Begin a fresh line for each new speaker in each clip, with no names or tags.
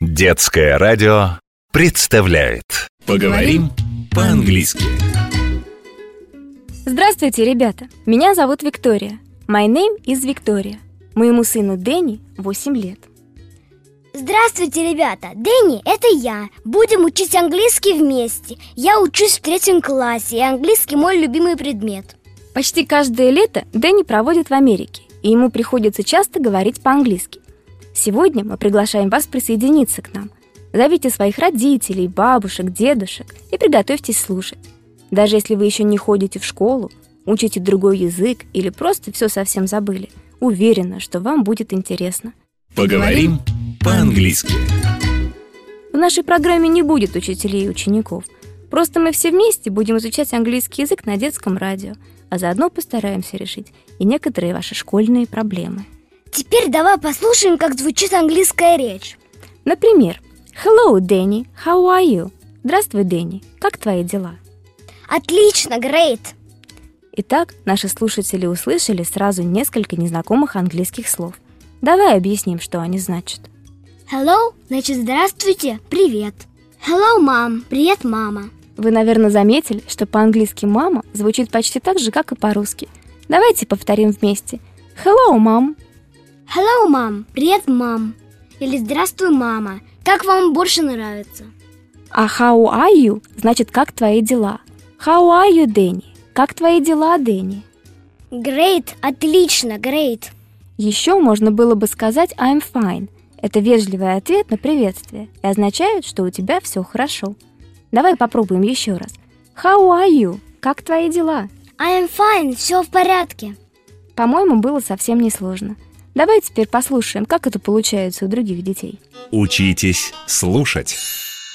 Детское радио представляет
Поговорим по-английски.
Здравствуйте, ребята! Меня зовут Виктория. My name is Виктория. Моему сыну Дэнни 8 лет.
Здравствуйте, ребята! Дэнни, это я. Будем учить английский вместе. Я учусь в третьем классе, и английский мой любимый предмет.
Почти каждое лето Дэнни проводит в Америке, и ему приходится часто говорить по-английски. Сегодня мы приглашаем вас присоединиться к нам. Зовите своих родителей, бабушек, дедушек и приготовьтесь слушать. Даже если вы еще не ходите в школу, учите другой язык или просто все совсем забыли, уверена, что вам будет интересно.
Поговорим по-английски.
В нашей программе не будет учителей и учеников. Просто мы все вместе будем изучать английский язык на детском радио, а заодно постараемся решить и некоторые ваши школьные проблемы.
Теперь давай послушаем, как звучит английская речь.
Например, Hello, Дэнни, how are you? Здравствуй, Дэнни, как твои дела?
Отлично, great!
Итак, наши слушатели услышали сразу несколько незнакомых английских слов. Давай объясним, что они значат.
Hello, значит здравствуйте, привет. Hello, мам, привет, мама.
Вы, наверное, заметили, что по-английски «мама» звучит почти так же, как и по-русски. Давайте повторим вместе. Hello, мам.
Hello, мам, привет, мам. Или здравствуй, мама. Как вам больше нравится?
А how are you значит «как твои дела». How are you, Дэнни? Как твои дела, Дэнни?
Great, отлично, great.
Еще можно было бы сказать I'm fine. Это вежливый ответ на приветствие и означает, что у тебя все хорошо. Давай попробуем еще раз. How are you? Как твои дела?
I am fine, все в порядке.
По-моему, было совсем несложно. Давай теперь послушаем, как это получается у других детей.
Учитесь слушать.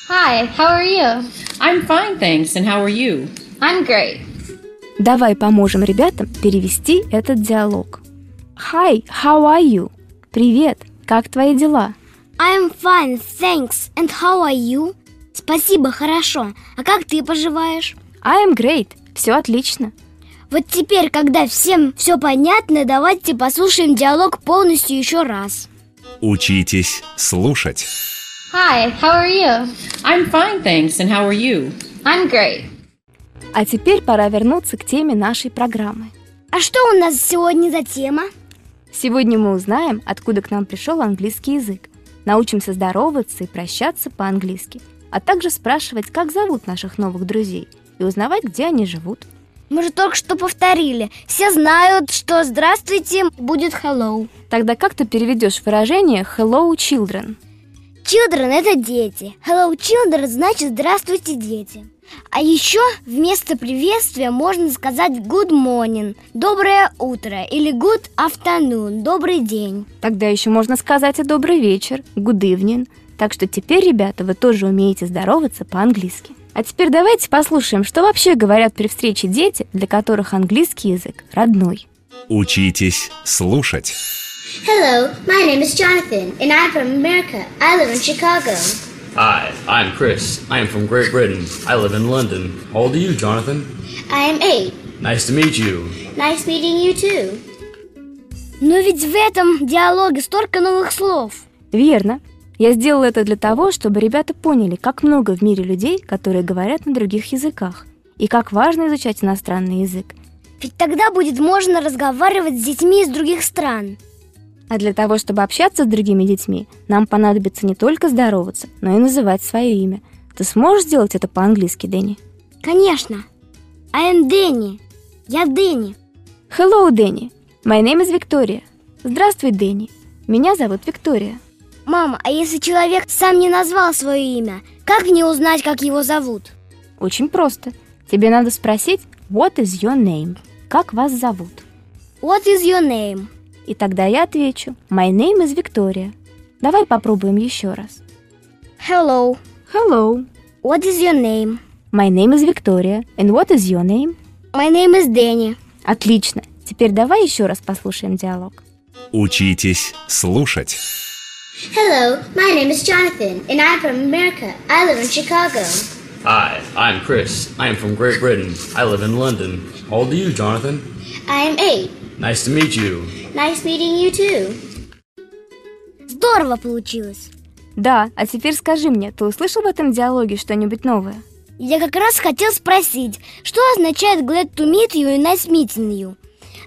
Hi, how are you?
I'm fine, thanks. And how are you?
I'm great.
Давай поможем ребятам перевести этот диалог. Hi, how are you? Привет, как твои дела?
I am fine, thanks. And how are you? Спасибо, хорошо. А как ты поживаешь?
I am great. Все отлично.
Вот теперь, когда всем все понятно, давайте послушаем диалог полностью еще раз.
Учитесь слушать.
Hi, how are you?
I'm fine, thanks. And how are you?
I'm great.
А теперь пора вернуться к теме нашей программы.
А что у нас сегодня за тема?
Сегодня мы узнаем, откуда к нам пришел английский язык, научимся здороваться и прощаться по-английски, а также спрашивать, как зовут наших новых друзей и узнавать, где они живут.
Мы же только что повторили. Все знают, что здравствуйте будет hello.
Тогда как ты переведешь выражение «hello, children»?
Children – это дети. Hello, children значит здравствуйте, дети. А еще вместо приветствия можно сказать good morning – доброе утро или good afternoon – добрый день.
Тогда еще можно сказать и «добрый вечер», «good evening». Так что теперь, ребята, вы тоже умеете здороваться по-английски. А теперь давайте послушаем, что вообще говорят при встрече дети, для которых английский язык родной.
Учитесь слушать.
Hello, my name is Jonathan, and I'm from America. I live in Chicago.
Hi, I'm Chris. I am from Great Britain. I live in London. How old are you, Jonathan?
I am eight.
Nice to meet you.
Nice meeting you too.
Но ведь в этом диалоге столько новых слов.
Верно. Я сделала это для того, чтобы ребята поняли, как много в мире людей, которые говорят на других языках, и как важно изучать иностранный язык.
Ведь тогда будет можно разговаривать с детьми из других стран.
А для того, чтобы общаться с другими детьми, нам понадобится не только здороваться, но и называть свое имя. Ты сможешь сделать это по-английски, Дэнни?
Конечно. I am Дэнни. Я Дэнни.
Hello, Дэнни. My name is Виктория. Здравствуй, Дэнни. Меня зовут Виктория.
Мама, а если человек сам не назвал свое имя, как мне узнать, как его зовут?
Очень просто. Тебе надо спросить What is your name? Как вас зовут?
What is your name?
И тогда я отвечу My name is Виктория. Давай попробуем еще раз.
Hello.
Hello.
What is your name?
My name is Victoria. And what is your name?
My name is Дэнни.
Отлично. Теперь давай еще раз послушаем диалог.
Учитесь слушать.
Hello, my name is Jonathan, and I'm from America. I live in Chicago.
Hi, I'm Chris. I am from Great Britain. I live in London. How old are you, Jonathan?
I am eight.
Nice to meet you.
Nice meeting you too.
Здорово получилось.
Да, а теперь скажи мне, ты услышал в этом диалоге что-нибудь новое?
Я как раз хотел спросить, что означает glad to meet you и nice meeting you?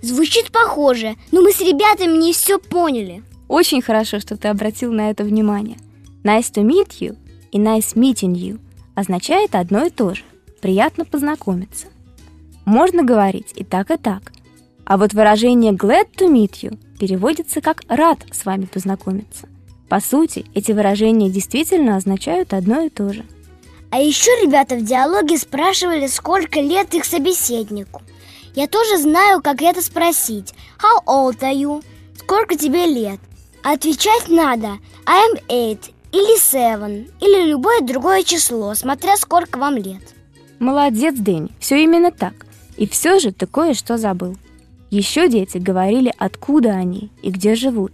Звучит похоже, но мы с ребятами не все поняли.
Очень хорошо, что ты обратил на это внимание. Nice to meet you и nice meeting you означает одно и то же. Приятно познакомиться. Можно говорить и так, и так. А вот выражение glad to meet you переводится как рад с вами познакомиться. По сути, эти выражения действительно означают одно и то же.
А еще ребята в диалоге спрашивали, сколько лет их собеседнику. Я тоже знаю, как это спросить. How old are you? Сколько тебе лет? Отвечать надо I'm eight или seven или любое другое число, смотря сколько вам лет.
Молодец, Дэнни, все именно так. И все же ты кое-что забыл. Еще дети говорили, откуда они и где живут.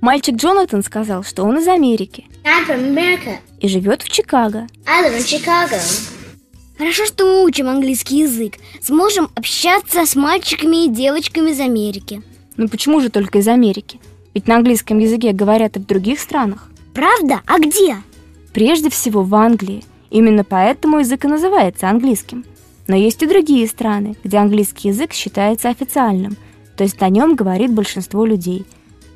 Мальчик Джонатан сказал, что он из Америки
I'm from America.
и живет в Чикаго.
I live in Chicago.
Хорошо, что мы учим английский язык. Сможем общаться с мальчиками и девочками из Америки.
Ну почему же только из Америки? Ведь на английском языке говорят и в других странах.
Правда? А где?
Прежде всего в Англии. Именно поэтому язык и называется английским. Но есть и другие страны, где английский язык считается официальным, то есть на нем говорит большинство людей.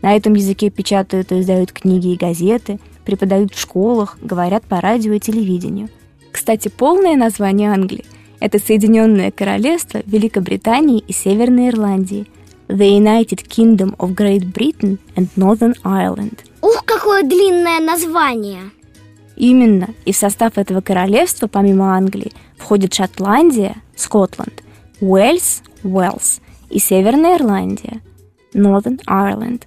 На этом языке печатают и издают книги и газеты, преподают в школах, говорят по радио и телевидению. Кстати, полное название Англии – это Соединенное Королевство Великобритании и Северной Ирландии, The United Kingdom of Great Britain and Northern Ireland.
Ух, какое длинное название!
Именно. И в состав этого королевства, помимо Англии, входят Шотландия, Скотланд, Уэльс, Уэльс и Северная Ирландия, Northern Ireland.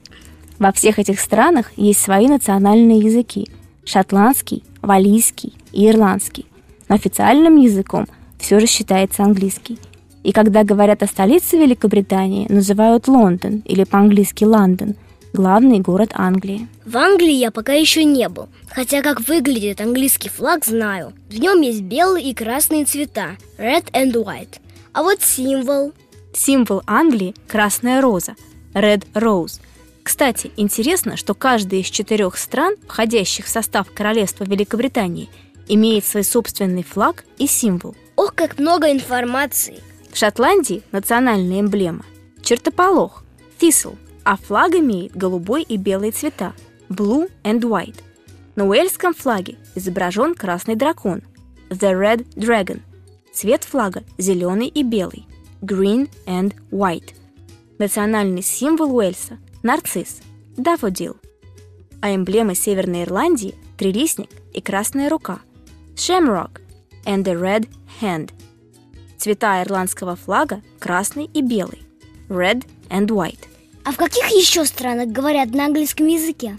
Во всех этих странах есть свои национальные языки – шотландский, валийский и ирландский. Но официальным языком все же считается английский. И когда говорят о столице Великобритании, называют Лондон или по-английски Лондон – главный город Англии.
В Англии я пока еще не был, хотя как выглядит английский флаг знаю. В нем есть белые и красные цвета, red and white. А вот символ.
Символ Англии – красная роза, Red Rose. Кстати, интересно, что каждая из четырех стран, входящих в состав Королевства Великобритании, имеет свой собственный флаг и символ.
Ох, как много информации.
В Шотландии национальная эмблема – чертополох, thistle, а флаг имеет голубой и белый цвета – blue and white. На уэльском флаге изображен красный дракон – the red dragon. Цвет флага – зеленый и белый – green and white. Национальный символ Уэльса – нарцисс, дафодил. А эмблемы Северной Ирландии – трилистник и красная рука – shamrock and the red hand – Цвета ирландского флага красный и белый. Red and white.
А в каких еще странах говорят на английском языке?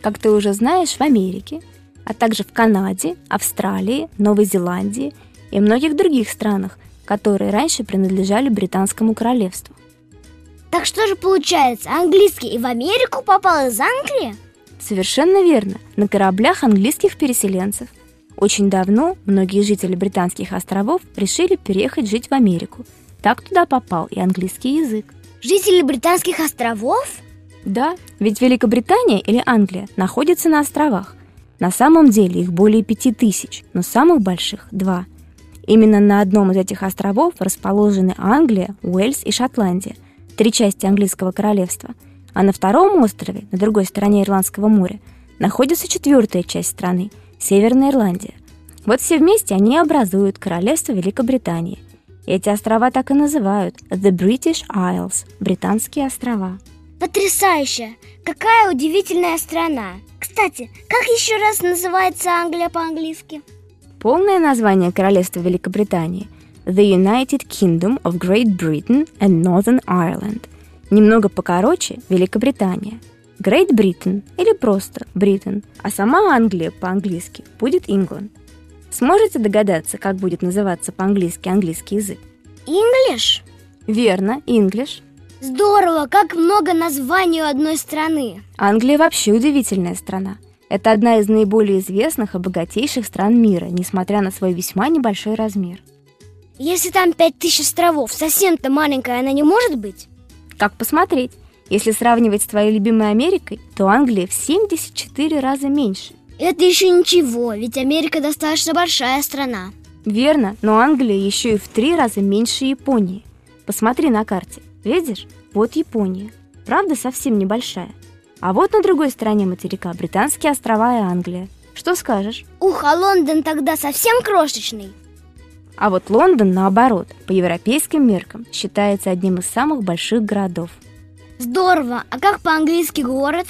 Как ты уже знаешь, в Америке, а также в Канаде, Австралии, Новой Зеландии и многих других странах, которые раньше принадлежали Британскому королевству.
Так что же получается, английский и в Америку попал из Англии?
Совершенно верно, на кораблях английских переселенцев. Очень давно многие жители британских островов решили переехать жить в Америку. Так туда попал и английский язык.
Жители британских островов?
Да, ведь Великобритания или Англия находятся на островах. На самом деле их более пяти тысяч, но самых больших – два. Именно на одном из этих островов расположены Англия, Уэльс и Шотландия, три части английского королевства. А на втором острове, на другой стороне Ирландского моря, находится четвертая часть страны – Северная Ирландия. Вот все вместе они и образуют королевство Великобритании. Эти острова так и называют – The British Isles – Британские острова.
Потрясающе! Какая удивительная страна! Кстати, как еще раз называется Англия по-английски?
Полное название Королевства Великобритании – The United Kingdom of Great Britain and Northern Ireland. Немного покороче – Великобритания. Great Britain или просто Britain, а сама Англия по-английски будет England. Сможете догадаться, как будет называться по-английски английский язык?
English?
Верно, English.
Здорово, как много названий у одной страны.
Англия вообще удивительная страна. Это одна из наиболее известных и богатейших стран мира, несмотря на свой весьма небольшой размер.
Если там пять тысяч островов, совсем-то маленькая она не может быть?
Как посмотреть? Если сравнивать с твоей любимой Америкой, то Англия в 74 раза меньше.
Это еще ничего, ведь Америка достаточно большая страна.
Верно, но Англия еще и в три раза меньше Японии. Посмотри на карте. Видишь? Вот Япония. Правда, совсем небольшая. А вот на другой стороне материка Британские острова и Англия. Что скажешь?
Ух, а Лондон тогда совсем крошечный.
А вот Лондон, наоборот, по европейским меркам, считается одним из самых больших городов.
Здорово, а как по-английски город?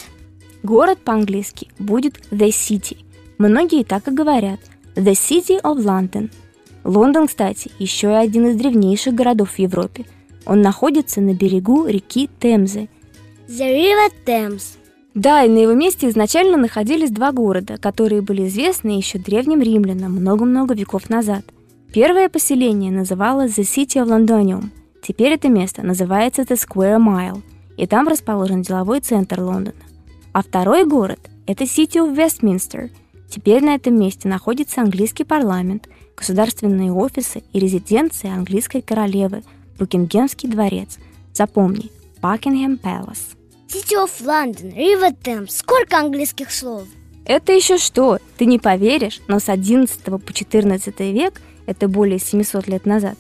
Город по-английски будет The City. Многие так и говорят. The City of London. Лондон, кстати, еще и один из древнейших городов в Европе. Он находится на берегу реки Темзы.
The River Thames.
Да, и на его месте изначально находились два города, которые были известны еще древним римлянам много-много веков назад. Первое поселение называлось The City of Londonium. Теперь это место называется The Square Mile, и там расположен деловой центр Лондона. А второй город – это City of Westminster. Теперь на этом месте находится английский парламент, государственные офисы и резиденция английской королевы, Букингемский дворец. Запомни, Buckingham Palace.
City of London, River Thames. Сколько английских слов?
Это еще что? Ты не поверишь, но с 11 по 14 век, это более 700 лет назад,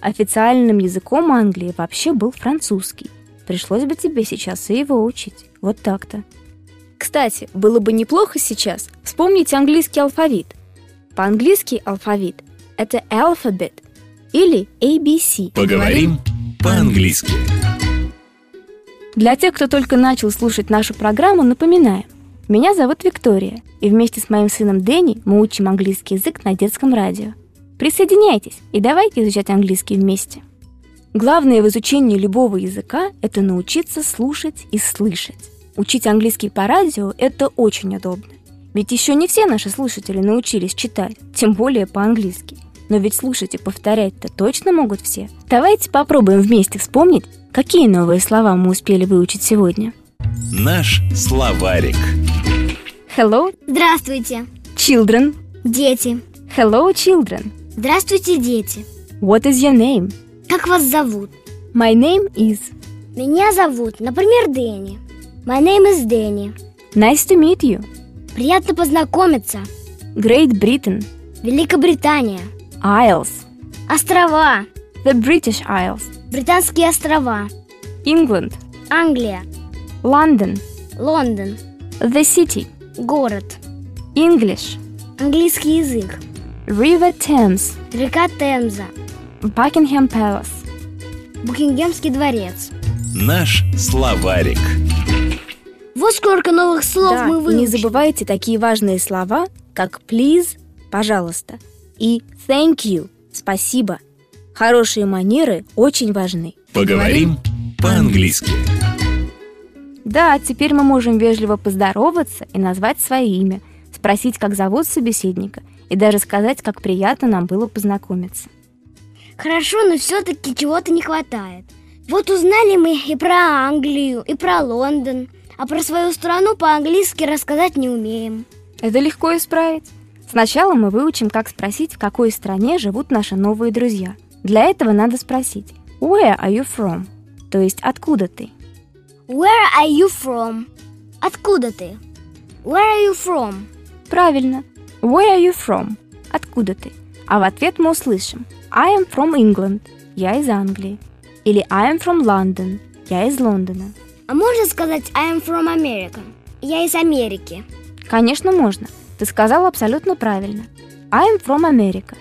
официальным языком Англии вообще был французский. Пришлось бы тебе сейчас и его учить. Вот так-то. Кстати, было бы неплохо сейчас вспомнить английский алфавит. По-английски алфавит – это alphabet или ABC.
Поговорим по-английски.
Для тех, кто только начал слушать нашу программу, напоминаем. Меня зовут Виктория, и вместе с моим сыном Дэнни мы учим английский язык на детском радио. Присоединяйтесь и давайте изучать английский вместе. Главное в изучении любого языка – это научиться слушать и слышать. Учить английский по радио – это очень удобно. Ведь еще не все наши слушатели научились читать, тем более по-английски. Но ведь слушать и повторять-то точно могут все. Давайте попробуем вместе вспомнить, какие новые слова мы успели выучить сегодня.
Наш словарик.
Hello,
Здравствуйте,
children.
дети.
Hello, children.
Здравствуйте, дети.
What is your name?
Как вас зовут?
My name is.
Меня зовут, например, Дэнни. My name is Дэнни.
Nice to meet you.
Приятно познакомиться.
Great Britain.
Великобритания.
Isles.
Острова.
The British Isles.
Британские острова.
England.
Англия.
London.
Лондон.
The city.
Город.
English.
Английский язык.
River Thames.
Река Темза.
Buckingham Palace.
Букингемский дворец.
Наш словарик.
Вот сколько новых слов
Да,
мы
и не
выучили.
забывайте такие важные слова, как please, пожалуйста, и thank you, спасибо. Хорошие манеры очень важны.
Поговорим по-английски.
Да, а теперь мы можем вежливо поздороваться и назвать свое имя, спросить, как зовут собеседника, и даже сказать, как приятно нам было познакомиться.
Хорошо, но все-таки чего-то не хватает. Вот узнали мы и про Англию, и про Лондон, а про свою страну по-английски рассказать не умеем.
Это легко исправить. Сначала мы выучим, как спросить, в какой стране живут наши новые друзья. Для этого надо спросить «Where are you from?» То есть «Откуда ты?».
Where are you from? Откуда ты? Where are you from?
Правильно. Where are you from? Откуда ты? А в ответ мы услышим I am from England. Я из Англии. Или I am from London. Я из Лондона.
А можно сказать I am from America? Я из Америки.
Конечно, можно. Ты сказала абсолютно правильно. I am from America.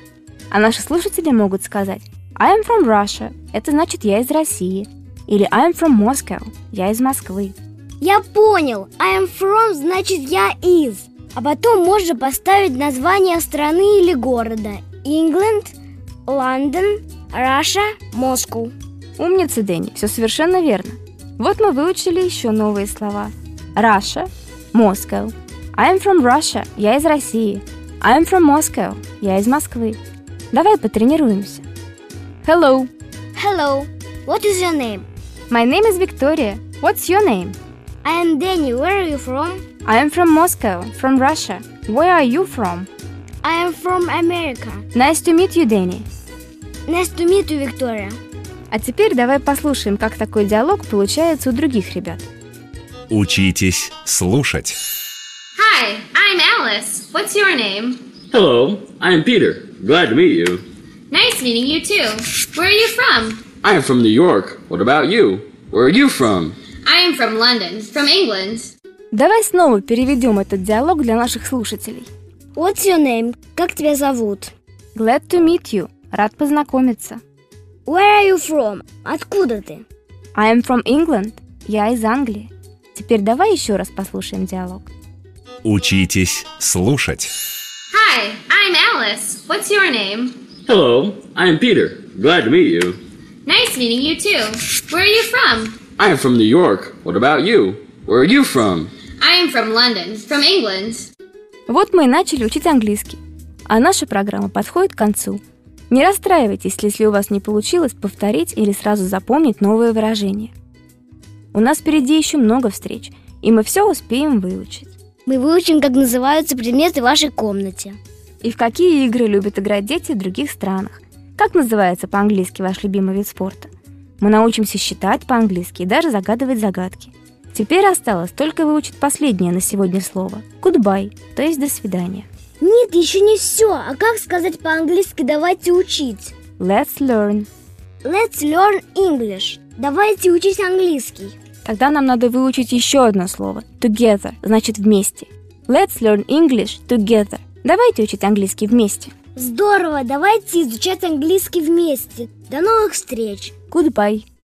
А наши слушатели могут сказать I am from Russia. Это значит я из России. Или I am from Moscow. Я из Москвы.
Я понял. I am from значит я из. А потом можно поставить название страны или города. England, Лондон, Russia, Moscow.
Умница, Дэнни, все совершенно верно. Вот мы выучили еще новые слова. Russia, Moscow. I am from Russia, я из России. I am from Moscow, я из Москвы. Давай потренируемся. Hello,
Hello. What is your name?
my name is Victoria. What's your name?
I am Danny. Where are you from?
I am from Moscow, from Russia. Where are you from?
I am from America.
Nice to meet you, Дэнни.
Nice to meet you, Victoria.
А теперь давай послушаем, как такой диалог получается у других ребят.
Учитесь слушать.
Hi, I'm
Alice. What's your name?
Hello, I am Peter. Glad to meet you.
Nice meeting you too. Where are you from?
I am from New York. What about you? Where are you from?
I am from London, from England.
Давай снова переведем этот диалог для наших слушателей.
What's your name? Как тебя зовут?
Glad to meet you. Рад познакомиться.
Where are you from? Откуда ты?
I am from England. Я из Англии. Теперь давай еще раз послушаем диалог.
Учитесь слушать.
Hi, I'm Alice. What's your name?
Hello, I am Peter. Glad to meet you.
Nice meeting you too. Where are you from?
I am from New York. What about you? Where are you from?
I am from London, from England.
Вот мы и начали учить английский. А наша программа подходит к концу. Не расстраивайтесь, если у вас не получилось повторить или сразу запомнить новое выражение. У нас впереди еще много встреч, и мы все успеем выучить.
Мы выучим, как называются предметы в вашей комнате.
И в какие игры любят играть дети в других странах. Как называется по-английски ваш любимый вид спорта? Мы научимся считать по-английски и даже загадывать загадки. Теперь осталось только выучить последнее на сегодня слово «goodbye», то есть «до свидания».
Нет, еще не все. А как сказать по-английски «давайте учить»?
Let's learn.
Let's learn English. Давайте учить английский.
Тогда нам надо выучить еще одно слово «together», значит «вместе». Let's learn English together. Давайте учить английский вместе.
Здорово, давайте изучать английский вместе. До новых встреч!
Goodbye.